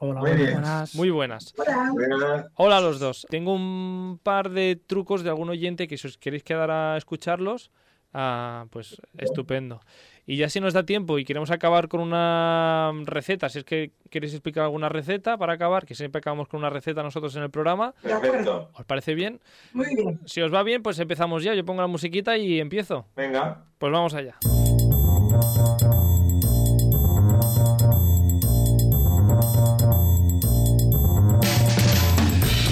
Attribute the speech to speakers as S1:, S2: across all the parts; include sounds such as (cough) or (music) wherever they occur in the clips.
S1: Hola,
S2: Muy bien.
S1: buenas.
S3: Muy buenas.
S2: Buenas.
S3: Hola a los dos. Tengo un par de trucos de algún oyente que si os queréis quedar a escucharlos, ah, pues estupendo. Y ya si nos da tiempo y queremos acabar con una receta, si es que queréis explicar alguna receta para acabar, que siempre acabamos con una receta nosotros en el programa,
S4: De acuerdo.
S2: Perfecto.
S3: ¿os parece bien?
S4: Muy bien.
S3: Si os va bien, pues empezamos ya. Yo pongo la musiquita y empiezo.
S2: Venga.
S3: Pues vamos allá.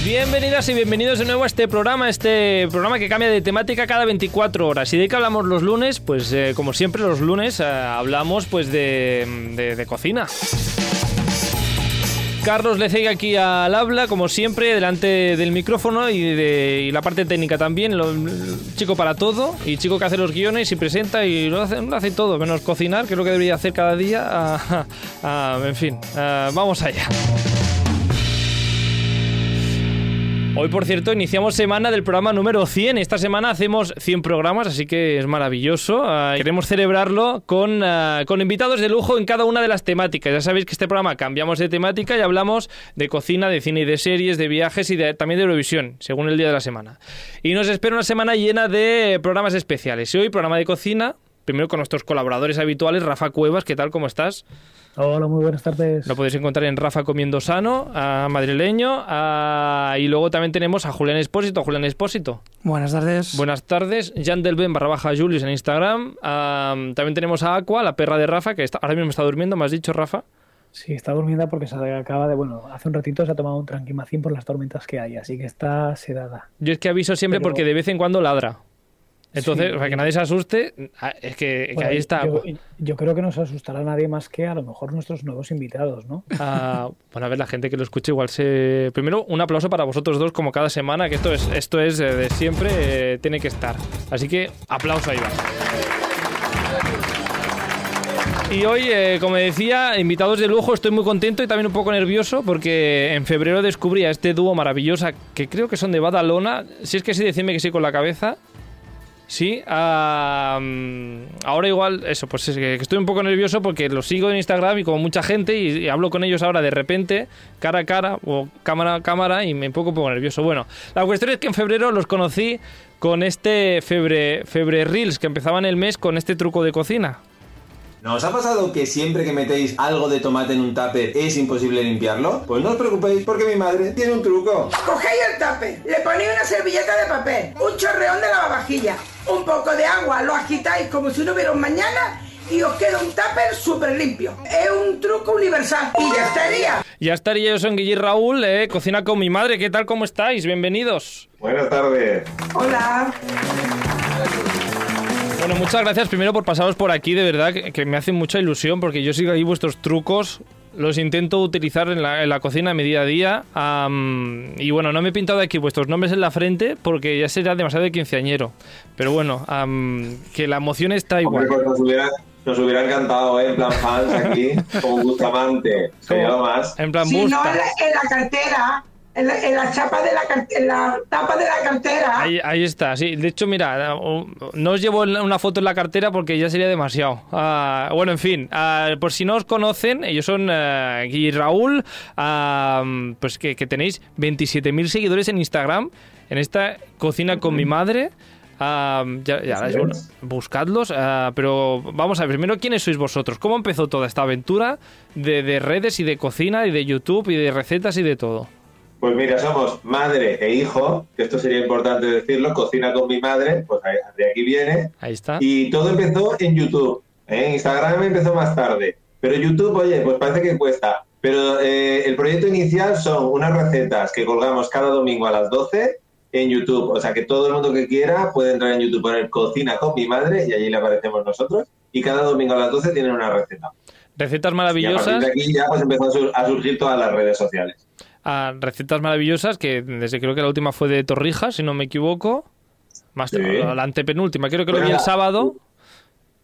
S3: Bienvenidas y bienvenidos de nuevo a este programa, este programa que cambia de temática cada 24 horas. ¿Y de qué hablamos los lunes? Pues eh, como siempre los lunes eh, hablamos pues de, de- de cocina. Carlos Lecega aquí al habla, como siempre, delante del micrófono y de y la parte técnica también. Lo- chico para todo y chico que hace los guiones y presenta y lo hace, lo hace todo, menos cocinar, que es lo que debería hacer cada día. (laughs) Ah, ah, en fin, ah, vamos allá. Hoy, por cierto, iniciamos semana del programa número 100. Esta semana hacemos 100 programas, así que es maravilloso. Ah, queremos celebrarlo con, ah, con invitados de lujo en cada una de las temáticas. Ya sabéis que este programa cambiamos de temática y hablamos de cocina, de cine y de series, de viajes y de- también de Eurovisión, según el día de la semana. Y nos espera una semana llena de programas especiales. Y hoy, programa de cocina, primero con nuestros colaboradores habituales, Rafa Cuevas, ¿qué tal? ¿Cómo estás?
S1: Hola, muy buenas tardes.
S3: Lo podéis encontrar en Rafa Comiendo Sano, a Madrileño, a- y luego también tenemos a Julián Espósito, Julián Espósito.
S5: Buenas tardes.
S3: Buenas tardes, Jan del Ben barra baja Julius en Instagram. Am, también tenemos a Aqua, la perra de Rafa, que está- ahora mismo está durmiendo, me has dicho, Rafa.
S1: Sí, está durmiendo porque se acaba de, bueno, hace un ratito se ha tomado un tranquimacín por las tormentas que hay, así que está sedada.
S3: Yo es que aviso siempre
S1: Pero-
S3: porque de vez en cuando ladra. Entonces,
S1: Sí.
S3: para que nadie se asuste, ah, es que, que
S1: Bueno,
S3: ahí está.
S1: Yo,
S3: Aqua.
S1: yo creo que no se asustará a nadie más que a lo mejor nuestros nuevos invitados, ¿no?
S3: Ah, bueno, a ver, la gente que lo escuche igual se... Primero, un aplauso para vosotros dos como cada semana, que esto es, esto es eh, de siempre, eh, tiene que estar. Así que, aplauso ahí va. Y hoy, eh, como decía, invitados de lujo, estoy muy contento y también un poco nervioso porque en febrero descubrí a este dúo maravillosa que creo que son de Badalona. Si es que sí, decidme que sí con la cabeza. Sí, ah, mm, ahora igual, eso, pues es que estoy un poco nervioso porque los sigo en Instagram y como mucha gente y, y hablo con ellos ahora de repente, cara a cara o cámara a cámara y me pongo un poco nervioso. Bueno, la cuestión es que en febrero los conocí con este febre, febre Reels que empezaban el mes con este truco de cocina.
S4: ¿No os ha pasado que siempre que metéis algo de tomate en un tupper es imposible limpiarlo? Pues no os preocupéis porque mi madre tiene un truco.
S6: Cogéis el tape, le ponéis una servilleta de papel, un chorreón de lavavajillas, un poco de agua, lo agitáis como si no hubiera un mañana y os queda un tupper súper limpio. Es un truco universal y ya estaría.
S3: Ya estaría yo, son Guillermo Raúl, eh, cocina con mi madre. ¿Qué tal? ¿Cómo estáis? Bienvenidos.
S2: Buenas tardes.
S6: Hola.
S3: Bueno, muchas gracias primero por pasaros por aquí, de verdad, que, que me hace mucha ilusión porque yo sigo ahí vuestros trucos. Los intento utilizar en la, en la cocina en mi día a día. am, y bueno, no me he pintado aquí vuestros nombres en la frente porque ya será demasiado de quinceañero. Pero bueno, am, que la emoción está
S2: Hombre,
S3: igual.
S2: pues nos hubiera, nos hubiera encantado, ¿eh? En plan fans aquí, como Bustamante. Sería lo más.
S3: En plan,
S6: Si no,
S3: busta.
S6: en la, en la cartera, en la, en la chapa de la, car- en la tapa de la
S2: Ah.
S6: cartera.
S3: Ahí, ahí está, sí. De hecho, mira, o- no os llevo la- una foto en la cartera porque ya sería demasiado. Ah, bueno, en fin, ah, por si no os conocen, ellos son ah, Gui y Raúl, ah, pues que, que tenéis 27.000 seguidores en Instagram, en esta cocina con mi madre. Ah, ya, ya,
S2: Así
S3: es bueno,
S2: es.
S3: buscadlos, ah, pero vamos a ver, primero, ¿quiénes sois vosotros? ¿Cómo empezó toda esta aventura de, de redes y de cocina y de YouTube y de recetas y de todo?
S2: Pues mira, somos madre e hijo, que esto sería importante decirlo, cocina con mi madre, pues ahí- de aquí viene.
S3: Ahí está.
S2: Y todo empezó en YouTube. ¿eh? Instagram empezó más tarde. Pero YouTube, oye, pues parece que cuesta. Pero eh, el proyecto inicial son unas recetas que colgamos cada domingo a las 12 en YouTube. O sea que todo el mundo que quiera puede entrar en YouTube, poner cocina con mi madre y allí le aparecemos nosotros. Y cada domingo a las 12 tienen una receta.
S3: Recetas
S2: Y a partir
S3: maravillosas.
S2: de aquí ya pues empezó a, sur- a surgir todas las redes sociales.
S3: a recetas maravillosas que desde creo que la última fue de torrijas si no me equivoco más
S2: Sí.
S3: la antepenúltima creo que lo
S2: Pues
S3: vi el
S2: nada.
S3: sábado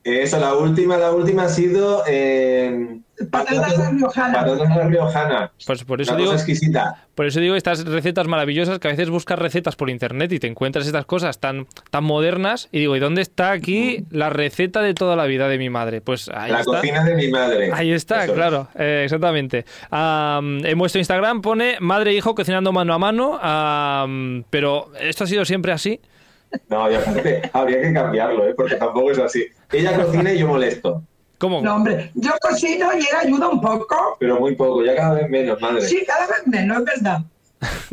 S2: Eh, Eso, la última, la última ha sido eh,
S6: Patatas a la riojana.
S2: patatas a la riojana.
S3: Pues por eso
S2: Una
S3: digo,
S2: cosa exquisita.
S3: por eso digo estas recetas maravillosas que a veces buscas recetas por internet y te encuentras estas cosas tan, tan modernas y digo, ¿y dónde está aquí la receta de toda la vida de mi madre? Pues ahí
S2: la
S3: está.
S2: cocina de mi madre.
S3: Ahí está,
S2: Eso es.
S3: claro, eh, exactamente. Am, en vuestro Instagram pone madre e hijo cocinando mano a mano, am, pero esto ha sido siempre así.
S2: No, y aparte, habría que cambiarlo, ¿eh? porque tampoco es así. Ella cocina y yo molesto,
S3: ¿Cómo?
S6: No, hombre, yo cocino y él ayuda un poco.
S2: pero muy poco, ya cada vez menos, madre.
S6: Sí, cada vez menos, es verdad.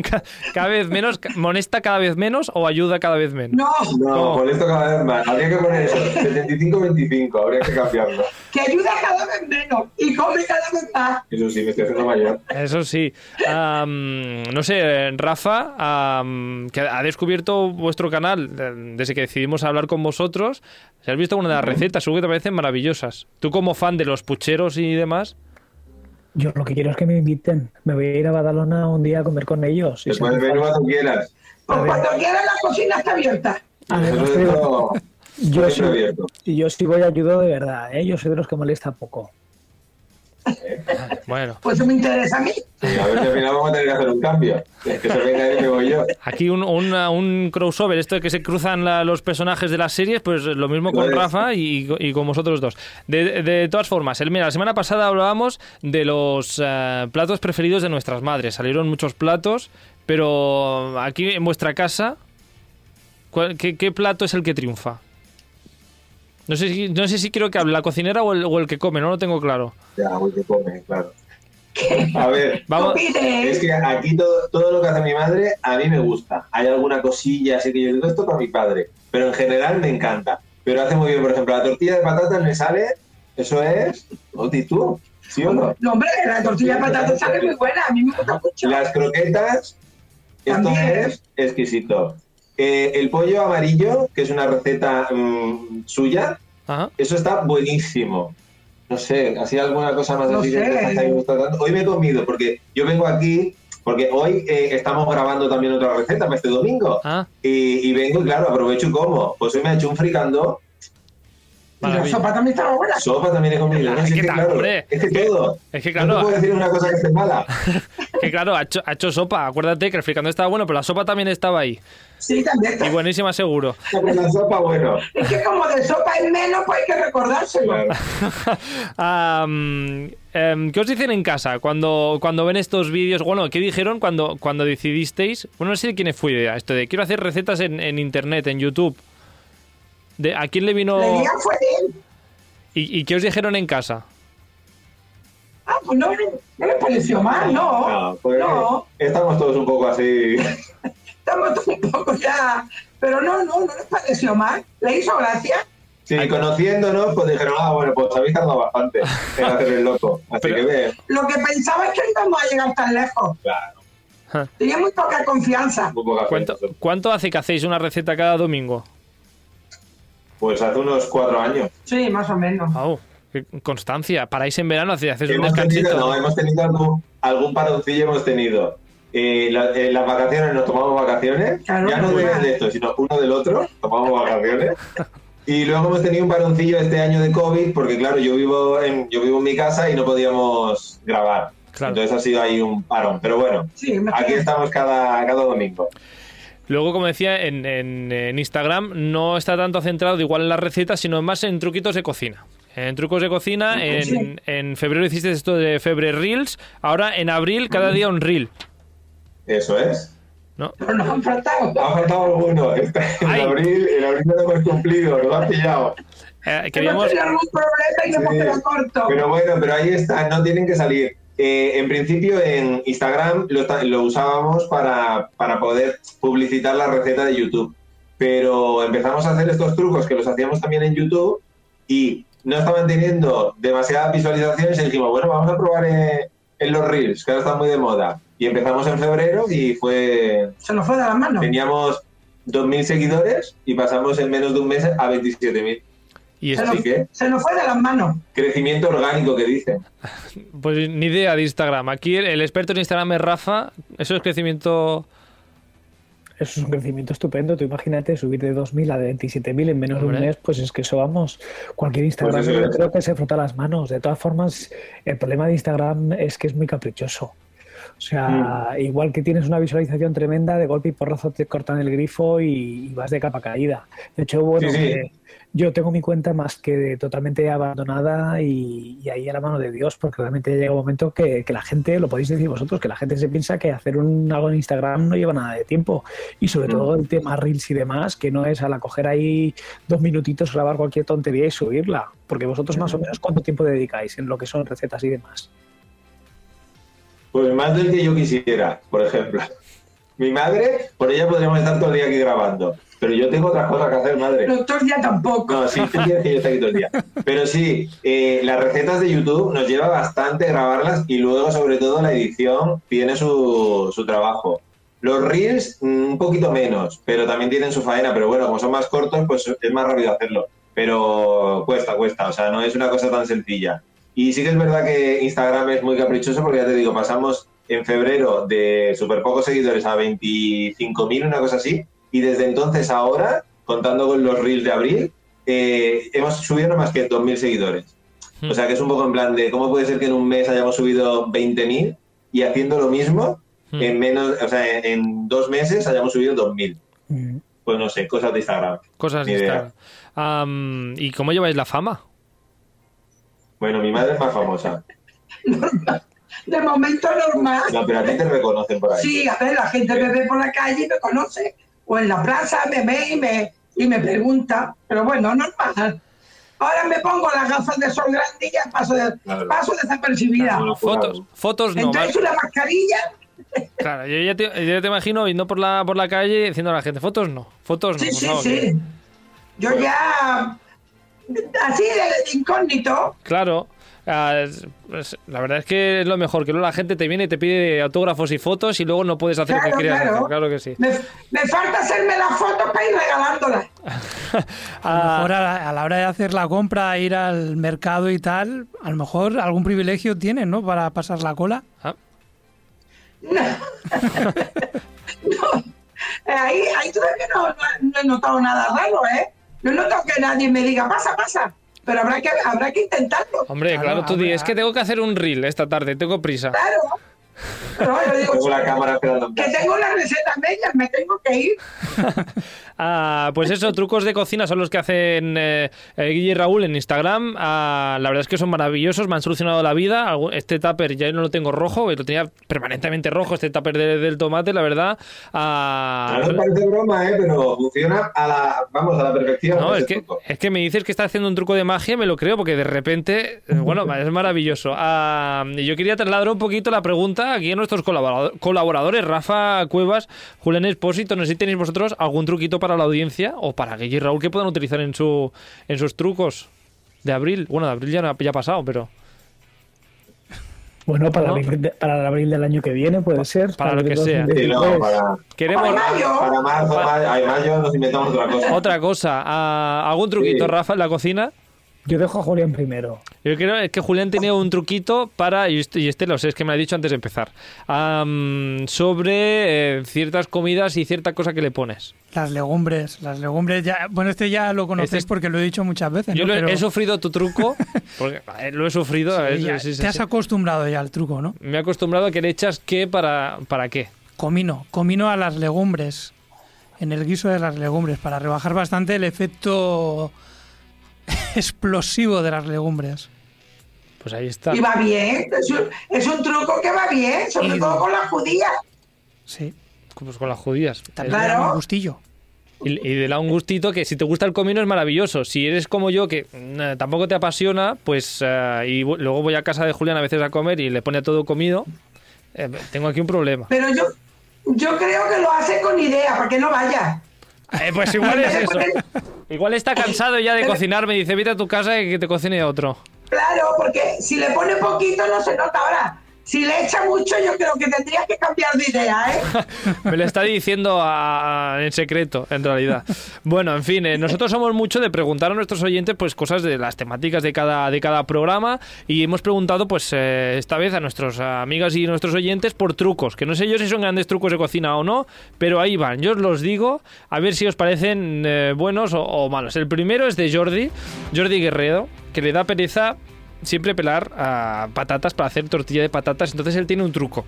S3: Ca- (laughs) Cada vez menos, ca- molesta cada vez menos o ayuda cada vez menos.
S6: No,
S2: No,
S3: No.
S2: molesto cada vez más. Habría que poner eso, 75-25, habría que cambiarlo.
S6: que ayuda cada vez menos y come cada vez más.
S2: Eso sí, me estoy haciendo mayor.
S3: Eso sí. Am, no sé, Rafa, am, que ha descubierto vuestro canal eh, desde que decidimos hablar con vosotros. Si has visto alguna de las recetas, seguro que te parecen maravillosas. Tú como fan de los pucheros y demás,
S1: Yo lo que quiero es que me inviten. Me voy a ir a Badalona un día a comer con ellos. Y
S2: Te puedes
S1: se-
S2: venir cuando quieras.
S6: Pues cuando quiera la cocina está abierta.
S1: Además,
S2: Nosotros no-
S1: yo,
S2: siempre
S1: sí,
S2: abierto.
S1: yo sí voy a ayudo de verdad, ¿eh? yo soy de los que molesta poco.
S3: bueno.
S6: Pues eso me interesa a mí.
S2: A ver si al final vamos a tener que hacer un cambio. Es que se venga él y me voy yo.
S3: Aquí un, una- un crossover, esto de que se cruzan la- los personajes de las series, pues lo mismo con
S2: Lo es.
S3: Rafa y, y con vosotros dos. De, de todas formas, el- mira, la semana pasada hablábamos de los eh, platos preferidos de nuestras madres. Salieron muchos platos, pero aquí en vuestra casa, ¿cuál- qué, qué plato es el que triunfa? No sé si, no sé si quiero que hable la cocinera o el, o el que come, no lo tengo claro.
S2: Ya, voy que come, claro. A ver,
S3: Vamos.
S6: Pide,
S2: es que aquí todo, todo lo que hace mi madre a mí me gusta. Hay alguna cosilla, así que yo digo esto para mi padre. Pero en general me encanta. Pero hace muy bien, por ejemplo, la tortilla de patatas me sale, eso es, Oti, tú, ¿sí o no?
S6: No, hombre, la tortilla de patatas sale muy buena. A mí me gusta mucho.
S2: Las croquetas, esto
S6: También.
S2: es exquisito. Eh, el pollo amarillo, que es una receta mm, suya,
S3: Ajá.
S2: Eso está buenísimo. No sé, así alguna cosa más
S6: No
S2: así que
S6: sé.
S2: te está ahí gustando. Hoy me he comido, porque yo vengo aquí, porque hoy eh, estamos grabando también otra receta para este domingo.
S3: Ah,
S2: Y, y vengo, y claro, aprovecho y como. Pues hoy me ha hecho un fricando.
S6: Y la sopa también está buena.
S2: Sopa también he comido. No,
S3: Es
S2: sé,
S3: que
S2: es que,
S3: tal,
S2: claro,
S3: hombre.
S2: es que todo.
S3: es que
S2: No te
S3: claro,
S2: puedo decir una cosa que esté mala.
S3: que claro, ha hecho, ha hecho sopa. Acuérdate que el fricando estaba bueno, pero la sopa también estaba ahí.
S6: Sí, también está.
S3: Y buenísima seguro.
S2: Pero la sopa, bueno.
S6: Es que como de sopa es menos, pues hay que recordárselo.
S2: Claro.
S3: Am, em, ¿Qué os dicen en casa cuando, cuando ven estos vídeos? Bueno, ¿qué dijeron cuando, cuando decidisteis? Bueno, no sé de quién fue idea esto de quiero hacer recetas en, en internet, en YouTube. De, ¿A quién le vino?
S6: La idea fue de él.
S3: ¿Y, y qué os dijeron en casa?
S6: Ah, pues no, no le pareció mal, (laughs) no.
S2: No, pues,
S6: No,
S2: Estamos todos un poco así.
S6: estamos (laughs) todos un poco ya. Pero no, no, no le pareció mal. Le hizo gracia.
S2: Sí, conociéndonos, pues dijeron, ah, bueno, pues habéis tardado bastante
S3: (laughs)
S2: en hacer el loco. Así
S3: Pero-
S2: que ve.
S6: Lo que pensaba es que no íbamos a llegar tan lejos.
S2: Claro,
S6: Tenía muy poca confianza.
S2: muy poca
S3: ¿Cuánto,
S2: gente.
S3: cuánto hace que hacéis una receta cada domingo?
S2: Pues hace unos cuatro años.
S6: Sí, más o menos.
S3: Au, qué constancia! Paráis en verano, hace- hacéis un
S2: Hemos tenido, no,
S3: descansito.
S2: hemos tenido algún, algún paroncillo hemos tenido. Eh, la- eh, las vacaciones, nos tomamos vacaciones,
S6: Claro,
S2: ya no
S6: normal.
S2: de, de esto, sino uno del otro, tomamos
S3: (laughs)
S2: vacaciones. Y luego hemos tenido un paroncillo este año de COVID, porque claro, yo vivo en, yo vivo en mi casa y no podíamos grabar.
S3: Claro.
S2: Entonces ha sido ahí un parón. Pero bueno,
S6: Sí, me
S2: aquí estamos cada, cada domingo.
S3: Luego, como decía, en, en- en Instagram no está tanto centrado igual en las recetas, sino más en truquitos de cocina. En trucos de
S6: Ah,
S3: cocina, en, en febrero hiciste esto de febre reels, ahora en abril cada día un reel.
S2: Eso es.
S3: ¿no?
S6: Pero nos han faltado.
S2: Ha faltado alguno. Está- En
S3: Ay.
S2: abril, en abril no lo hemos cumplido, nos lo han pillado.
S3: Eh,
S6: Hemos
S3: queríamos,
S6: tenido algún problema y nos hemos
S2: Sí,
S6: quedado corto.
S2: Pero bueno, pero ahí está, no tienen que salir. Eh, en principio en Instagram lo, ta- lo usábamos para, para poder publicitar la receta de YouTube, pero empezamos a hacer estos trucos que los hacíamos también en YouTube y no estaban teniendo demasiadas visualizaciones y dijimos, bueno, vamos a probar eh, en los Reels, que ahora están muy de moda. Y empezamos en febrero y fue
S6: Se nos fue de las manos.
S2: teníamos 2.000 seguidores y pasamos en menos de un mes a 27.000.
S3: y
S6: Se
S3: esto-
S2: así
S6: nos,
S2: que-
S6: se nos fue de las manos.
S2: Crecimiento orgánico que dicen.
S3: pues ni idea de Instagram. Aquí el, el experto en Instagram es Rafa. Eso es crecimiento.
S1: Eso es un crecimiento estupendo. Tú imagínate subir de 2.000 a 27.000 en menos de un
S3: Hombre.
S1: mes, pues es que eso vamos. Cualquier Instagram
S2: Pues eso
S1: yo
S2: es.
S1: creo que se frota las manos. De todas formas, el problema de Instagram es que es muy caprichoso. O sea,
S2: Mm.
S1: igual que tienes una visualización tremenda, de golpe y porrazo te cortan el grifo y, y vas de capa caída. De hecho, bueno,
S2: Sí, sí.
S1: que yo tengo mi cuenta más que totalmente abandonada y, y ahí a la mano de Dios, porque realmente llega un momento que, que la gente, lo podéis decir vosotros, que la gente se piensa que hacer un, algo en Instagram no lleva nada de tiempo. Y sobre
S2: Mm.
S1: todo el tema Reels y demás, que no es a la coger ahí dos minutitos, grabar cualquier tontería y subirla. Porque vosotros más o menos cuánto tiempo dedicáis en lo que son recetas y demás.
S2: Pues más del que yo quisiera, por ejemplo. Mi madre, por ella podríamos estar todo el día aquí grabando. Pero yo tengo otras cosas que hacer, madre.
S6: Los dos ya tampoco.
S2: No, sí, tú quieres que yo esté aquí todo el día. Pero sí, eh, las recetas de YouTube nos lleva bastante grabarlas y luego, sobre todo, la edición tiene su, su trabajo. Los reels, mm, un poquito menos, pero también tienen su faena. Pero bueno, como son más cortos, pues es más rápido hacerlo. Pero cuesta, cuesta. O sea, no es una cosa tan sencilla. Y sí que es verdad que Instagram es muy caprichoso porque ya te digo, pasamos en febrero de súper pocos seguidores a 25.000, una cosa así. Y desde entonces ahora, contando con los reels de abril, eh, hemos subido no más que 2.000 seguidores.
S3: Hmm.
S2: O sea que es un poco en plan de cómo puede ser que en un mes hayamos subido 20.000 y haciendo lo mismo,
S3: Hmm.
S2: en menos, o sea, en, en dos meses hayamos subido 2.000.
S1: Mm.
S2: Pues no sé, cosas de Instagram.
S3: Cosas
S2: Ni
S3: de
S2: idea.
S3: Instagram. Am, ¿Y cómo lleváis la fama?
S2: Bueno, mi madre es más famosa.
S6: De momento normal.
S2: No, pero a ti te reconocen por ahí.
S6: Sí, a ver, la gente me ve por la calle y me conoce. O en la plaza me ve y me, y me pregunta. Pero bueno, normal. Ahora me pongo las gafas de sol grandes y ya paso, de,
S2: Claro.
S6: paso desapercibida.
S2: Claro.
S3: Fotos, fotos no. más-
S6: Entonces una mascarilla.
S3: Claro, yo ya te, yo ya te imagino yendo por la, por la calle y diciendo a la gente, fotos no, fotos no.
S6: Sí,
S3: por
S6: sí,
S3: favor".
S6: sí. Yo ya... Así de incógnito.
S3: Claro. ah, es- pues, la verdad es que es lo mejor, que luego la gente te viene y te pide autógrafos y fotos y luego no puedes hacer lo
S6: Claro,
S3: que quieras
S6: claro.
S3: hacer, claro que sí.
S6: Me, me falta hacerme las fotos para ir regalándolas.
S5: A lo
S3: Ah,
S5: mejor a la, a la hora de hacer la compra, ir al mercado y tal, a lo mejor algún privilegio tienes, ¿no? Para pasar la cola.
S3: ah,
S6: No. (laughs) No. Eh, Ahí, ahí todavía no, no- no he notado nada raro, ¿eh? No he notado que nadie me diga, pasa, pasa. Pero habrá que, habrá que intentarlo.
S3: hombre,
S5: Claro,
S3: claro, tú
S5: hombre,
S3: dices, es
S5: ah.
S3: que tengo que hacer un reel esta tarde, tengo prisa.
S6: Claro. No, yo digo,
S2: Tengo la cámara esperando. en
S6: que
S2: casa.
S6: tengo la receta media, me tengo que ir.
S3: Ah, pues eso, trucos de cocina son los que hacen eh, eh, Guille y Raúl en Instagram. Ah, la verdad es que son maravillosos, me han solucionado la vida. Algu- Este tupper ya no lo tengo rojo, lo tenía permanentemente rojo, este tupper de- del tomate, la verdad. Ah,
S2: No parece broma, ¿eh? pero funciona a la, vamos, a la perfección.
S3: No,
S2: ese
S3: es que,
S2: truco.
S3: es que me dices que está haciendo un truco de magia, me lo creo, porque de repente, eh, bueno, es maravilloso. Ah, y yo quería trasladar un poquito la pregunta aquí a nuestros colaborado- colaboradores, Rafa Cuevas, Julián Espósito, no sé si tenéis vosotros algún truquito para la audiencia o para Guille y Raúl que puedan utilizar en, su, en sus trucos de abril. Bueno, de abril ya, no- ya ha pasado, pero
S1: Bueno, para,
S3: ¿No?
S1: el abril de- para el abril del año que viene puede ser.
S3: para lo que sea.
S2: Sí, no,
S3: Pues-
S1: 2023.
S2: para,
S3: queremos
S6: mayo.
S2: para marzo,
S3: Pues-
S2: mayo, ay, mayo nos inventamos otra cosa.
S3: otra cosa. Ah, ¿Algún truquito,
S2: Sí.
S3: Rafa, en la cocina?
S1: Yo dejo a Julián primero.
S3: Yo creo es que Julián tenía un truquito para, y este, y este lo sé, es que me lo ha dicho antes de empezar, Am, sobre eh, ciertas comidas y cierta cosa que le pones.
S5: Las legumbres, las legumbres ya... Bueno, este ya lo conocéis
S3: Este es-
S5: porque lo he dicho muchas veces,
S3: Yo
S5: ¿no?
S3: lo he,
S5: Pero
S3: he sufrido tu
S5: (laughs)
S3: truco, porque eh, lo he sufrido,
S5: sí,
S3: eh,
S5: ya
S3: sí, sí,
S5: te
S3: sí.
S5: has acostumbrado ya al truco, ¿no?
S3: me he acostumbrado a que le echas qué para, para qué.
S5: Comino, comino a las legumbres, en el guiso de las legumbres, para rebajar bastante el efecto (laughs) explosivo de las legumbres.
S3: Pues ahí está.
S6: Y va bien. Es un, es un truco que va bien, sobre
S5: Y-
S6: todo con las judías.
S5: Sí,
S3: Pues con las judías.
S5: también
S6: Claro.
S5: le da un gustillo.
S3: Y, y le da un gustito que si te gusta el comino es maravilloso. Si eres como yo, que mm, tampoco te apasiona, pues... eh, y bu- luego voy a casa de Julián a veces a comer y le pone todo comido. eh, tengo aquí un problema.
S6: Pero yo, yo creo que lo hace con idea, para que no vaya.
S3: Eh, pues igual es eso. Igual está cansado ya de cocinar, me dice, vete a tu casa y que te cocine otro.
S6: Claro, porque si le pone poquito no se nota ahora. Si le echa mucho, yo creo que tendrías que cambiar de idea,
S3: (laughs)
S6: ¿eh?
S3: Me lo está diciendo a- a- en secreto, en realidad. Bueno, en fin, eh, nosotros somos mucho de preguntar a nuestros oyentes pues cosas de las temáticas de cada, de cada programa y hemos preguntado pues eh, esta vez a nuestros amigas y nuestros oyentes por trucos, que no sé yo si son grandes trucos de cocina o no, pero ahí van, yo os los digo, a ver si os parecen eh, buenos o, o malos. El primero es de Jordi, Jordi Guerrero, que le da pereza siempre pelar a patatas para hacer tortilla de patatas, entonces él tiene un truco.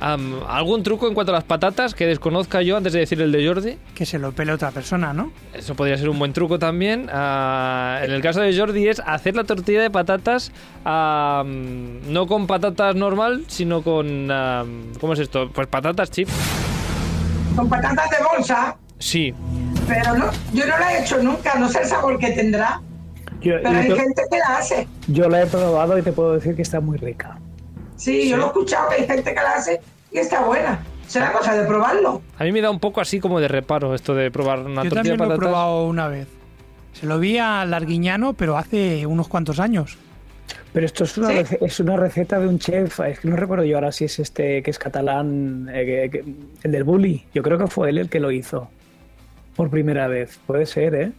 S3: Am, ¿Algún truco en cuanto a las patatas que desconozca yo antes de decir el de Jordi?
S5: Que se lo pele otra persona, ¿no?
S3: Eso podría ser un buen truco también. Ah, en el caso de Jordi es hacer la tortilla de patatas am, no con patatas normal, sino con... am, ¿Cómo es esto? Pues patatas chip.
S6: Con patatas de bolsa.
S3: Sí.
S6: Pero no, yo no la he hecho nunca, no sé el sabor que tendrá.
S1: Yo,
S6: Pero hay
S1: yo-
S6: gente que la hace.
S1: yo la he probado y te puedo decir que está muy rica.
S6: Sí, yo lo he escuchado que hay gente que la hace y está buena. Será cosa de probarlo.
S3: A mí me da un poco así como de reparo esto de probar una
S5: Yo
S3: tortilla de
S5: también lo he
S3: patatas.
S5: probado una vez. Se lo vi a Larguiñano, pero hace unos cuantos años.
S1: Pero esto es una,
S6: Sí.
S1: rece- es una receta de un chef, es que no recuerdo yo ahora si es este que es catalán, eh, que- que- el del bully. Yo creo que fue él el que lo hizo por primera vez. Puede ser, ¿eh?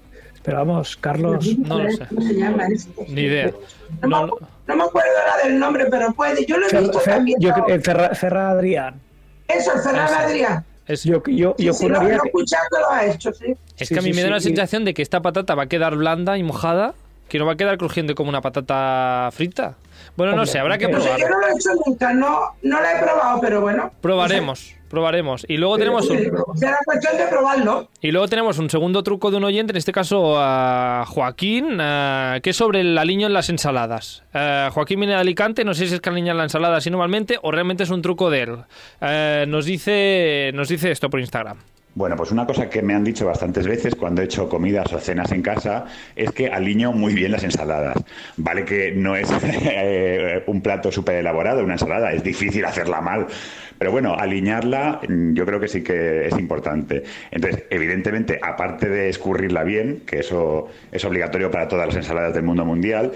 S1: Pero vamos, Carlos,
S3: no lo sé.
S6: ¿Cómo se llama este?
S3: Ni idea.
S6: No,
S3: No,
S6: me,
S3: no.
S6: no me acuerdo ahora del nombre, pero puede. Yo lo he
S1: Fer-
S6: visto
S1: Fer-
S6: también.
S1: yo
S6: ¿no?
S1: cre- eh, Ferra- Ferra Adrián.
S6: Eso, el Ferran
S3: Ese.
S6: Adrián.
S3: Es-
S1: Yo, yo,
S6: Sí,
S1: yo
S6: sí, lo, lo
S1: juraría
S6: he
S1: que-
S6: escuchado que lo ha hecho, sí.
S3: Es
S1: Sí,
S3: que a mí
S1: sí,
S3: me da
S1: sí,
S3: la
S1: sí.
S3: sensación de que esta patata va a quedar blanda y mojada, que no va a quedar crujiente como una patata frita. Bueno, no
S1: Hombre,
S3: sé, habrá que
S1: eh,
S6: No sé, yo
S3: probar.
S6: no lo he hecho nunca, no, no lo he probado, pero bueno.
S3: Probaremos, probaremos. Y luego tenemos
S6: Sí,
S3: un,
S6: Será cuestión de probarlo.
S3: y luego tenemos un segundo truco de un oyente, en este caso a Joaquín, ah, que es sobre el aliño en las ensaladas. Ah, Joaquín viene de Alicante, no sé si es que aliña en la ensalada así normalmente o realmente es un truco de él. Eh, nos, dice, nos dice esto por Instagram.
S7: Bueno, pues una cosa que me han dicho bastantes veces cuando he hecho comidas o cenas en casa es que aliño muy bien las ensaladas. Vale que no es (laughs) eh, un plato súper elaborado, una ensalada, es difícil hacerla mal, pero bueno, aliñarla mm, yo creo que sí que es importante. Entonces, evidentemente, aparte de escurrirla bien, que eso es obligatorio para todas las ensaladas del mundo mundial,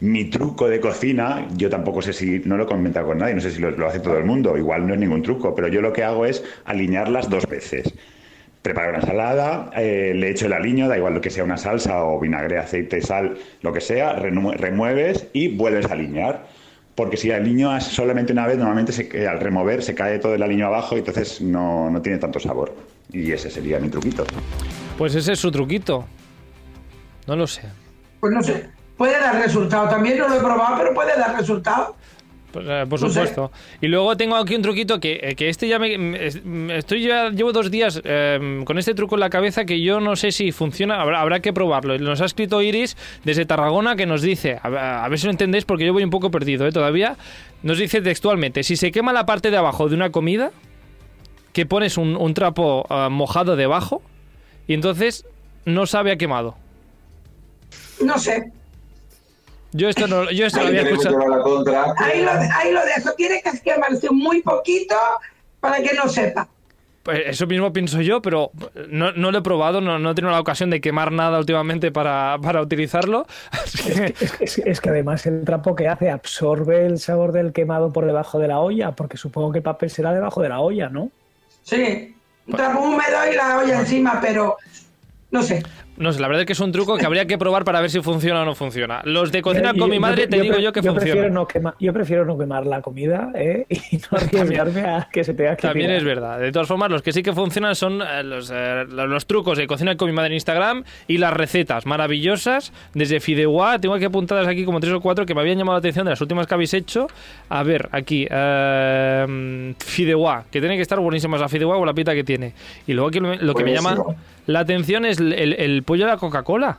S7: mi truco de cocina, yo tampoco sé si, no lo he comentado con nadie, no sé si lo- lo hace todo el mundo, igual no es ningún truco, pero yo lo que hago es aliñarlas dos veces. Preparo una ensalada, eh, le echo el aliño, da igual lo que sea una salsa o vinagre, aceite, sal, lo que sea, renu- remueves y vuelves a aliñar. Porque si aliñas solamente una vez, normalmente se- eh, al remover se cae todo el aliño abajo y entonces no, no tiene tanto sabor. Y ese sería mi truquito.
S3: Pues ese es su truquito. No lo sé.
S6: Pues no sé. Puede dar resultado. También no lo he probado, pero puede dar resultado.
S3: Pues, eh, por
S6: No sé.
S3: supuesto. Y luego tengo aquí un truquito que, eh, que este ya me, me- es- me- estoy ya llevo dos días eh, con este truco en la cabeza que yo no sé si funciona. Habrá, habrá que probarlo. Nos ha escrito Iris desde Tarragona que nos dice, a, a ver si lo entendéis porque yo voy un poco perdido ¿eh? todavía. Nos dice textualmente, si se quema la parte de abajo de una comida, que pones un, un trapo ah, mojado debajo y entonces no sabe a quemado.
S6: No sé.
S3: Yo esto no, yo esto lo
S2: Ahí
S3: había
S2: tenemos que
S3: escuchado.
S2: llevar la contra.
S6: Ahí lo, ahí lo dejo. Tiene que quemarse muy poquito para que no sepa.
S3: Pues eso mismo pienso yo, pero no, no lo he probado, no, no he tenido la ocasión de quemar nada últimamente para, para utilizarlo. Así que-
S1: Es, es- es que además el trapo que hace absorbe el sabor del quemado por debajo de la olla, porque supongo que el papel será debajo de la olla, ¿no?
S6: Sí. Un trapo húmedo y la olla encima, pero no sé.
S3: no sé, la verdad es que es un truco que habría que probar para ver si funciona o no funciona. Los de cocina
S1: Yo-
S3: con mi
S1: Eh, yo-
S3: madre
S1: yo-
S3: te
S1: yo
S3: digo
S1: pre-
S3: yo que
S1: Prefiero
S3: funciona.
S1: no quema- yo prefiero no quemar la comida ¿eh? (laughs) y no arriesgarme a que se tenga que
S3: También
S1: tirar.
S3: es verdad. De todas formas, los que sí que funcionan son eh, los, eh, los- los trucos de cocina con mi madre en Instagram y las recetas maravillosas desde Fideuá. Tengo aquí apuntadas aquí como tres o cuatro que me habían llamado la atención de las últimas que habéis hecho. A ver, aquí. eh, Fideuá, que tiene que estar buenísima la Fideuá o la pita que tiene. Y luego aquí lo, lo que me llama
S2: Buenísimo.
S3: la atención es el, el- el pollo de la Coca-Cola.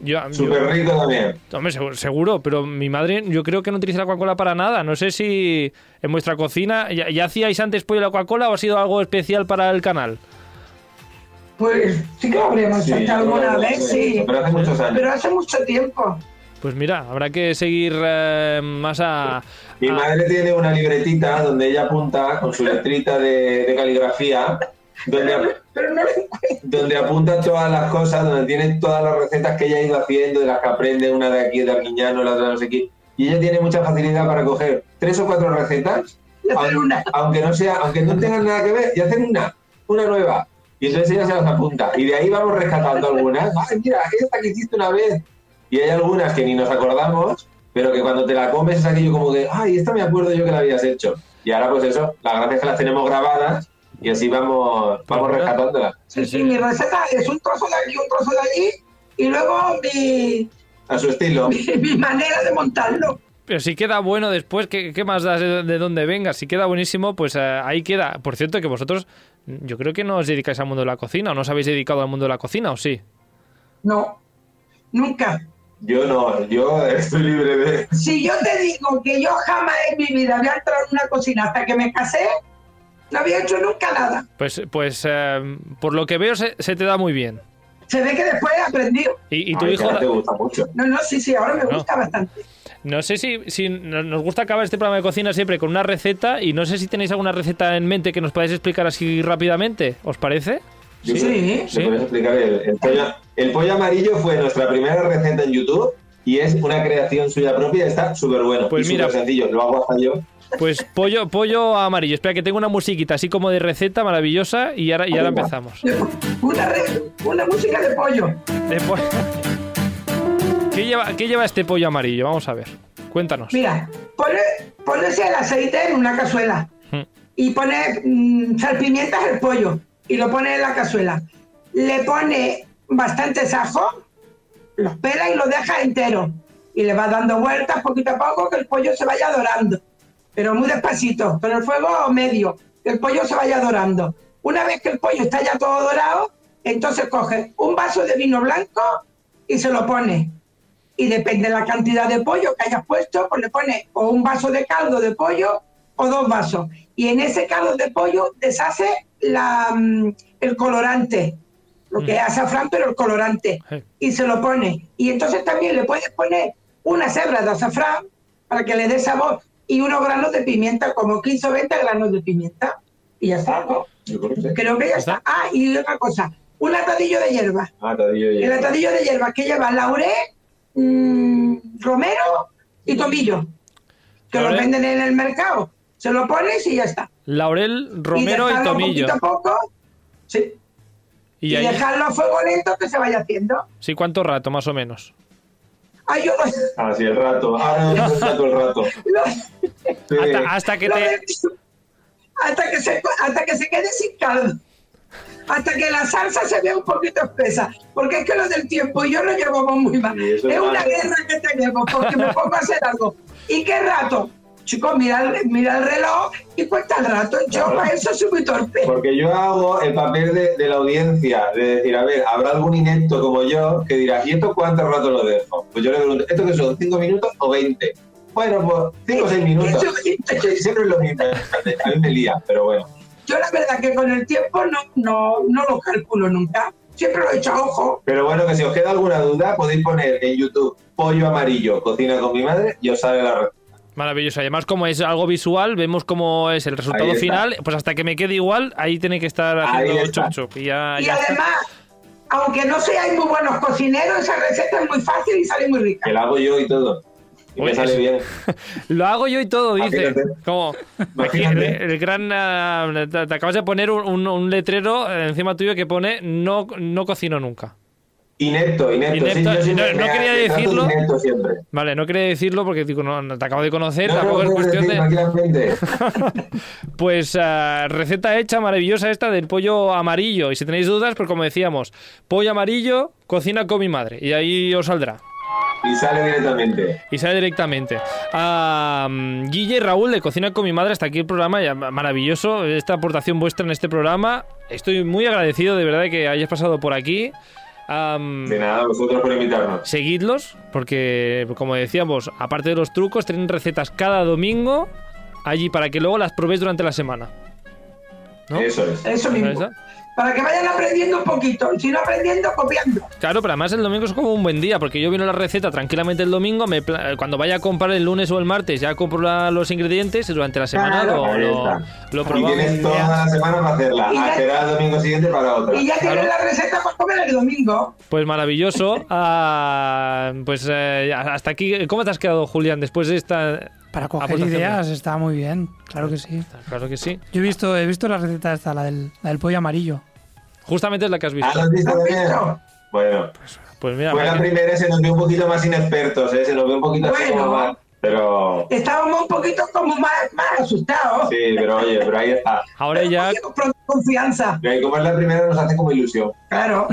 S3: Yo, yo-
S2: Súper rico también.
S3: Hombre, segu- seguro, pero mi madre yo creo que no utiliza la Coca-Cola para nada. No sé si en vuestra cocina ya, ya hacíais antes pollo a la Coca-Cola o ha sido algo especial para el canal.
S6: Pues sí que lo habríamos
S2: Sí,
S6: hecho alguna
S2: pero-
S6: vez, sí.
S2: Pero hace muchos años.
S6: Pero hace mucho tiempo.
S3: Pues mira, habrá que seguir eh, más a...
S2: Mi
S3: a-
S2: madre tiene una libretita donde ella apunta con su letrita de, de caligrafía, donde, ap-
S6: Pero no lo encuentro.
S2: donde apunta todas las cosas, donde tiene todas las recetas que ella ha ido haciendo, de las que aprende, una de aquí, de Arguiñano, la otra de no sé qué. y ella tiene mucha facilidad para coger tres o cuatro recetas,
S6: Y hacer
S2: aunque,
S6: una.
S2: aunque no sea, aunque no tengan nada que ver, y hacer una, una nueva. Y entonces ella se las apunta. Y de ahí vamos rescatando algunas. Ay, mira, esta que hiciste una vez. Y hay algunas que ni nos acordamos, pero que cuando te la comes es aquello como que, ay, esta me acuerdo yo que la habías hecho. Y ahora pues eso, la gracia es que las tenemos grabadas y así vamos, vamos
S3: Pero,
S2: rescatándolas.
S6: Sí, sí, mi receta es un trozo de aquí, un trozo de allí, y luego mi, (laughs)
S2: A su estilo.
S6: mi, mi manera de montarlo.
S3: Pero si queda bueno después, ¿qué, qué más das de, de dónde venga? Si queda buenísimo, pues eh, ahí queda. Por cierto, que vosotros, yo creo que no os dedicáis al mundo de la cocina, o no os habéis dedicado al mundo de la cocina, ¿o sí?
S6: No, nunca.
S2: Yo no, yo estoy libre de...
S6: Si yo te digo que yo jamás en mi vida había entrado en una cocina hasta que me casé, no había hecho nunca nada.
S3: Pues, pues eh, por lo que veo, se, se te da muy bien.
S6: Se ve que después he aprendido.
S3: Y, y tu
S2: Ay, que
S3: hijo.
S2: ahora te gusta mucho.
S6: No, no, sí, sí, ahora me
S3: No.
S6: gusta bastante.
S3: No sé si, si no- nos gusta acabar este programa de cocina siempre con una receta, y no sé si tenéis alguna receta en mente que nos podáis explicar así rápidamente. ¿Os parece?
S2: Yo
S6: Sí,
S2: creo que
S3: sí.
S2: te puedes explicar el, el pollo, el pollo amarillo fue nuestra primera receta en YouTube y es una creación suya propia. Está súper bueno.
S3: Pues
S2: y
S3: mira.
S2: súper sencillo. Lo hago hasta yo.
S6: (laughs)
S3: Pues pollo, pollo amarillo. Espera, que tengo una musiquita así como de receta maravillosa y ahora, y ahora empezamos.
S6: Una, re- una música de pollo.
S3: De po- (laughs) ¿Qué, lleva, qué lleva este pollo amarillo? Vamos a ver. Cuéntanos.
S6: Mira, pone, pones el aceite en una cazuela
S3: Mm.
S6: y pones mm, salpimientas el pollo y lo pones en la cazuela. Le pone bastante ajo, los pela y lo deja entero. Y le va dando vueltas poquito a poco que el pollo se vaya dorando. Pero muy despacito, con el fuego medio, que el pollo se vaya dorando. Una vez que el pollo está ya todo dorado, entonces coge un vaso de vino blanco y se lo pone y depende de la cantidad de pollo que hayas puesto, pues le pones o un vaso de caldo de pollo o dos vasos. Y en ese caldo de pollo deshace la, mm, el colorante, lo que es azafrán, pero el colorante,
S3: Sí.
S6: y se lo pone. Y entonces también le puedes poner una hebras de azafrán para que le dé sabor y unos granos de pimienta, como 15 o 20 granos de pimienta. Y ya está, ¿no?
S2: Yo creo que sí.
S6: Creo que ya está. Ah, y otra cosa, un atadillo de hierba.
S2: Ah, tadillo y-
S6: El atadillo de hierbas que lleva laurel, mm, romero y tomillo. Que lo
S3: Laurel.
S6: venden en el mercado. Se lo pones y ya está.
S3: Laurel, romero y
S6: dejarlo
S3: tomillo.
S6: Poquito a poco. Sí.
S3: Y
S6: Y,
S3: ahí,
S6: dejarlo a fuego lento que se vaya haciendo.
S3: sí, ¿cuánto rato más o menos?
S6: Ay, yo los,
S2: Ah, sí, el rato. Ahora no me todo el rato.
S6: (laughs) los-
S4: Eh,
S2: Sí.
S3: Hasta, hasta que
S6: los
S3: te...
S6: de- hasta, que se, hasta que se quede sin caldo. Hasta que la salsa se vea un poquito espesa. Porque es que lo del tiempo yo lo llevamos muy mal.
S2: Sí,
S6: Es
S2: eso es
S6: una
S2: malo.
S6: guerra que tenemos porque me pongo a hacer algo. ¿Y qué rato? Chicos, mira, el- mira el reloj y cuenta el rato. Yo para eso soy muy torpe.
S2: Porque yo hago el papel de, de la audiencia, de decir, a ver, habrá algún inepto como yo que dirá, ¿y esto cuánto rato lo dejo? Pues yo le pregunto, ¿esto qué son? ¿Cinco minutos o 20? Bueno, pues cinco o seis minutos.
S6: Eso-
S2: Sí, Siempre es lo mismo. A mí me lía, pero bueno.
S6: Yo la verdad que con el tiempo no, no, no lo calculo nunca. Siempre lo he hecho a ojo.
S2: Pero bueno, que si os queda alguna duda, podéis poner en YouTube pollo amarillo, cocina con mi madre, y os sale la receta.
S3: Maravilloso. Además, como es algo visual, vemos cómo es el resultado
S2: está.
S3: final. Pues hasta que me quede igual, ahí tiene que estar
S2: Ahí
S3: haciendo
S2: está.
S3: chup chup. Y Ah, ya,
S6: Y
S3: ya está.
S6: además, aunque no seáis muy buenos cocineros, esa receta es muy fácil y sale muy rica.
S2: Que la hago yo y todo. Y
S3: Oye,
S2: me sale
S3: eso-
S2: bien.
S3: Lo hago yo y todo, dice.
S2: Imagínate.
S3: Como aquí el,
S2: Imagínate.
S3: el gran. ah, te, te acabas de poner un, un- un letrero eh, encima tuyo que pone no, no cocino nunca.
S2: Inepto, inepto. sí,
S3: Inepto,
S2: yo siempre
S3: no- no
S2: me-
S3: quería
S2: me trato de
S3: decirlo.
S2: Inepto siempre.
S3: Vale, no quería decirlo porque digo, no, no, te acabo de conocer,
S2: No, no,
S3: Eh, tampoco es
S2: puedes
S3: cuestión
S2: decir
S3: de.
S2: tranquilamente.
S3: Pues ah, receta hecha maravillosa esta del pollo amarillo. Y si tenéis dudas, pues como decíamos, pollo amarillo, cocina con mi madre. Y ahí os saldrá.
S2: Y sale directamente.
S3: Y sale directamente. A mm, Guille y Raúl de Cocina con mi madre, hasta aquí el programa. Ya, ma- maravilloso esta aportación vuestra en este programa. Estoy muy agradecido de verdad de que hayáis pasado por aquí. Am,
S2: De nada, vosotros por invitarnos.
S3: seguidlos, porque como decíamos, aparte de los trucos, tienen recetas cada domingo allí para que luego las probéis durante la semana. ¿no?
S2: Eso es.
S6: Eso
S3: ¿Ahí
S6: mismo.
S3: está?
S6: Para que vayan aprendiendo un poquito. Y si no aprendiendo, copiando.
S3: Claro, pero además el domingo es como un buen día, porque yo vino la receta tranquilamente el domingo, me pla- cuando vaya a comprar el lunes o el martes ya compro la- los ingredientes y durante la semana
S6: Claro.
S3: lo,
S2: Ahí
S3: lo,
S2: está.
S3: lo
S2: Y
S3: probamos.
S2: tienes toda la semana para hacerla.
S6: Y ya-
S2: Ah, será el domingo siguiente para otra.
S6: Y ya tienen
S3: Claro.
S6: la receta para comer el domingo.
S3: Pues maravilloso. Ah, pues eh, hasta aquí, ¿cómo te has quedado, Julián, después de esta...
S5: Para coger
S3: Aportación.
S5: ideas está muy bien, claro que sí.
S3: Claro que sí.
S5: Yo he visto, he visto la receta esta, la del, la del pollo amarillo.
S3: Justamente es la que has
S2: Ah,
S3: visto.
S2: ¿lo has visto
S6: ¿Lo has
S2: también?
S6: visto?
S2: Bueno,
S3: Pues mira,
S2: fue la
S3: Mike,
S2: primera y se nos vio un poquito más inexpertos, ¿eh? se nos vio un poquito así
S6: Bueno.
S2: como mal. Pero
S6: Estábamos un poquito como más, más asustados.
S2: sí, pero oye, pero ahí está.
S3: ahora
S6: Pero
S3: ya,
S6: cogimos pronto confianza.
S2: Y como es la primera nos hace como ilusión.
S3: (laughs)
S6: Claro.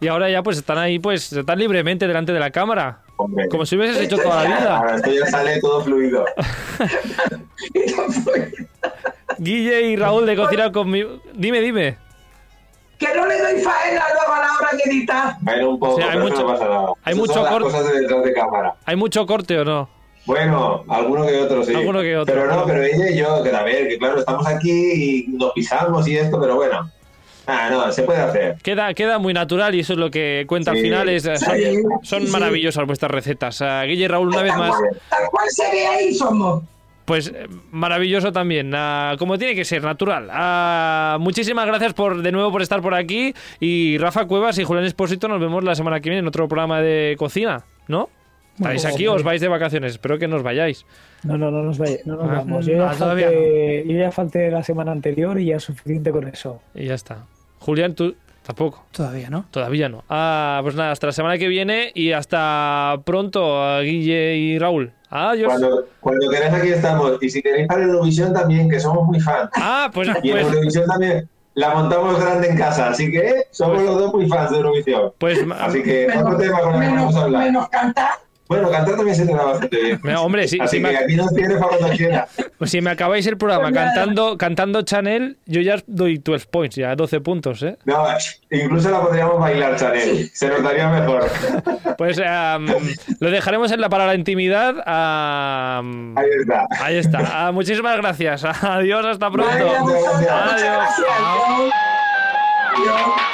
S3: y ahora ya pues están ahí, pues están libremente delante de la cámara.
S2: Hombre.
S3: Como si hubieses hecho toda
S2: (laughs)
S3: la vida.
S2: Ahora esto ya sale todo fluido.
S6: Y no fue-
S3: Guille y Raúl de cocinar conmigo. Dime, dime.
S6: que no le doy faena luego a la hora de editar.
S2: Bueno, un poco,
S3: O sea, hay
S2: pero eso
S3: mucho-
S2: no pasa nada.
S3: hay
S2: Eso
S3: mucho
S2: son las
S3: corte.
S2: cosas de detrás de cámara.
S3: ¿Hay mucho corte o no?
S2: Bueno, alguno que otro, sí.
S3: Alguno que otro.
S2: Pero no, pero ella y yo, que a ver, que claro, estamos aquí y nos pisamos y esto, pero bueno. Ah, no, se puede hacer.
S3: Queda, queda muy natural y eso es lo que cuenta al
S2: Sí.
S3: final. es- son
S2: Sí,
S3: son
S6: sí.
S3: maravillosas vuestras recetas. Ah, Guille y Raúl, una vez
S6: Tal
S3: más,
S6: cual- Tal cual se ve ahí somos.
S3: pues eh, maravilloso también. Ah, como tiene que ser, natural. Ah, muchísimas gracias por de nuevo por estar por aquí. Y Rafa Cuevas y Julián Espósito nos vemos la semana que viene en otro programa de cocina, ¿no? ¿Estáis aquí o os vais de vacaciones? Espero que no os vayáis.
S1: No, no, no nos, vaya- no nos
S3: Ah,
S1: vamos. Yo ya,
S5: ah, todavía
S1: falté, yo ya falté la semana anterior y ya es suficiente con eso.
S3: Y ya está. Julián, tú tampoco.
S5: Todavía, ¿no?
S3: Todavía no. Ah, pues nada, hasta la semana que viene y hasta pronto, ah, Guille y Raúl. Adiós.
S2: Cuando, cuando queráis, aquí estamos. Y si queréis para Eurovisión también, que somos muy fans.
S3: Ah, pues,
S2: (laughs) Y en
S3: pues,
S2: Eurovisión también la montamos grande en casa, así que eh, somos los dos muy fans de Eurovisión.
S3: pues,
S2: Así que Eh, otro
S6: Menos,
S2: tema con el que vamos a
S6: menos,
S2: hablar.
S6: menos cantar.
S2: Bueno, cantar también se te da bastante bien.
S3: me- hombre, si,
S2: Así
S3: si
S2: que
S3: me,
S2: aquí nos tienes para cuando quieras.
S3: ah, si me acabáis el programa
S6: Pues nada.
S3: cantando cantando Chanel, yo ya doy 12 points, ya 12 puntos, ¿eh?
S2: No, incluso la podríamos bailar, Chanel. Se nos daría mejor.
S3: Pues am, lo dejaremos en la para la intimidad. am,
S2: Ahí está.
S3: ahí está. Ah, muchísimas gracias. (laughs) Adiós, hasta pronto.
S6: Vaya,
S2: Adiós.
S6: muchas muchas gracias. Adiós. Adiós.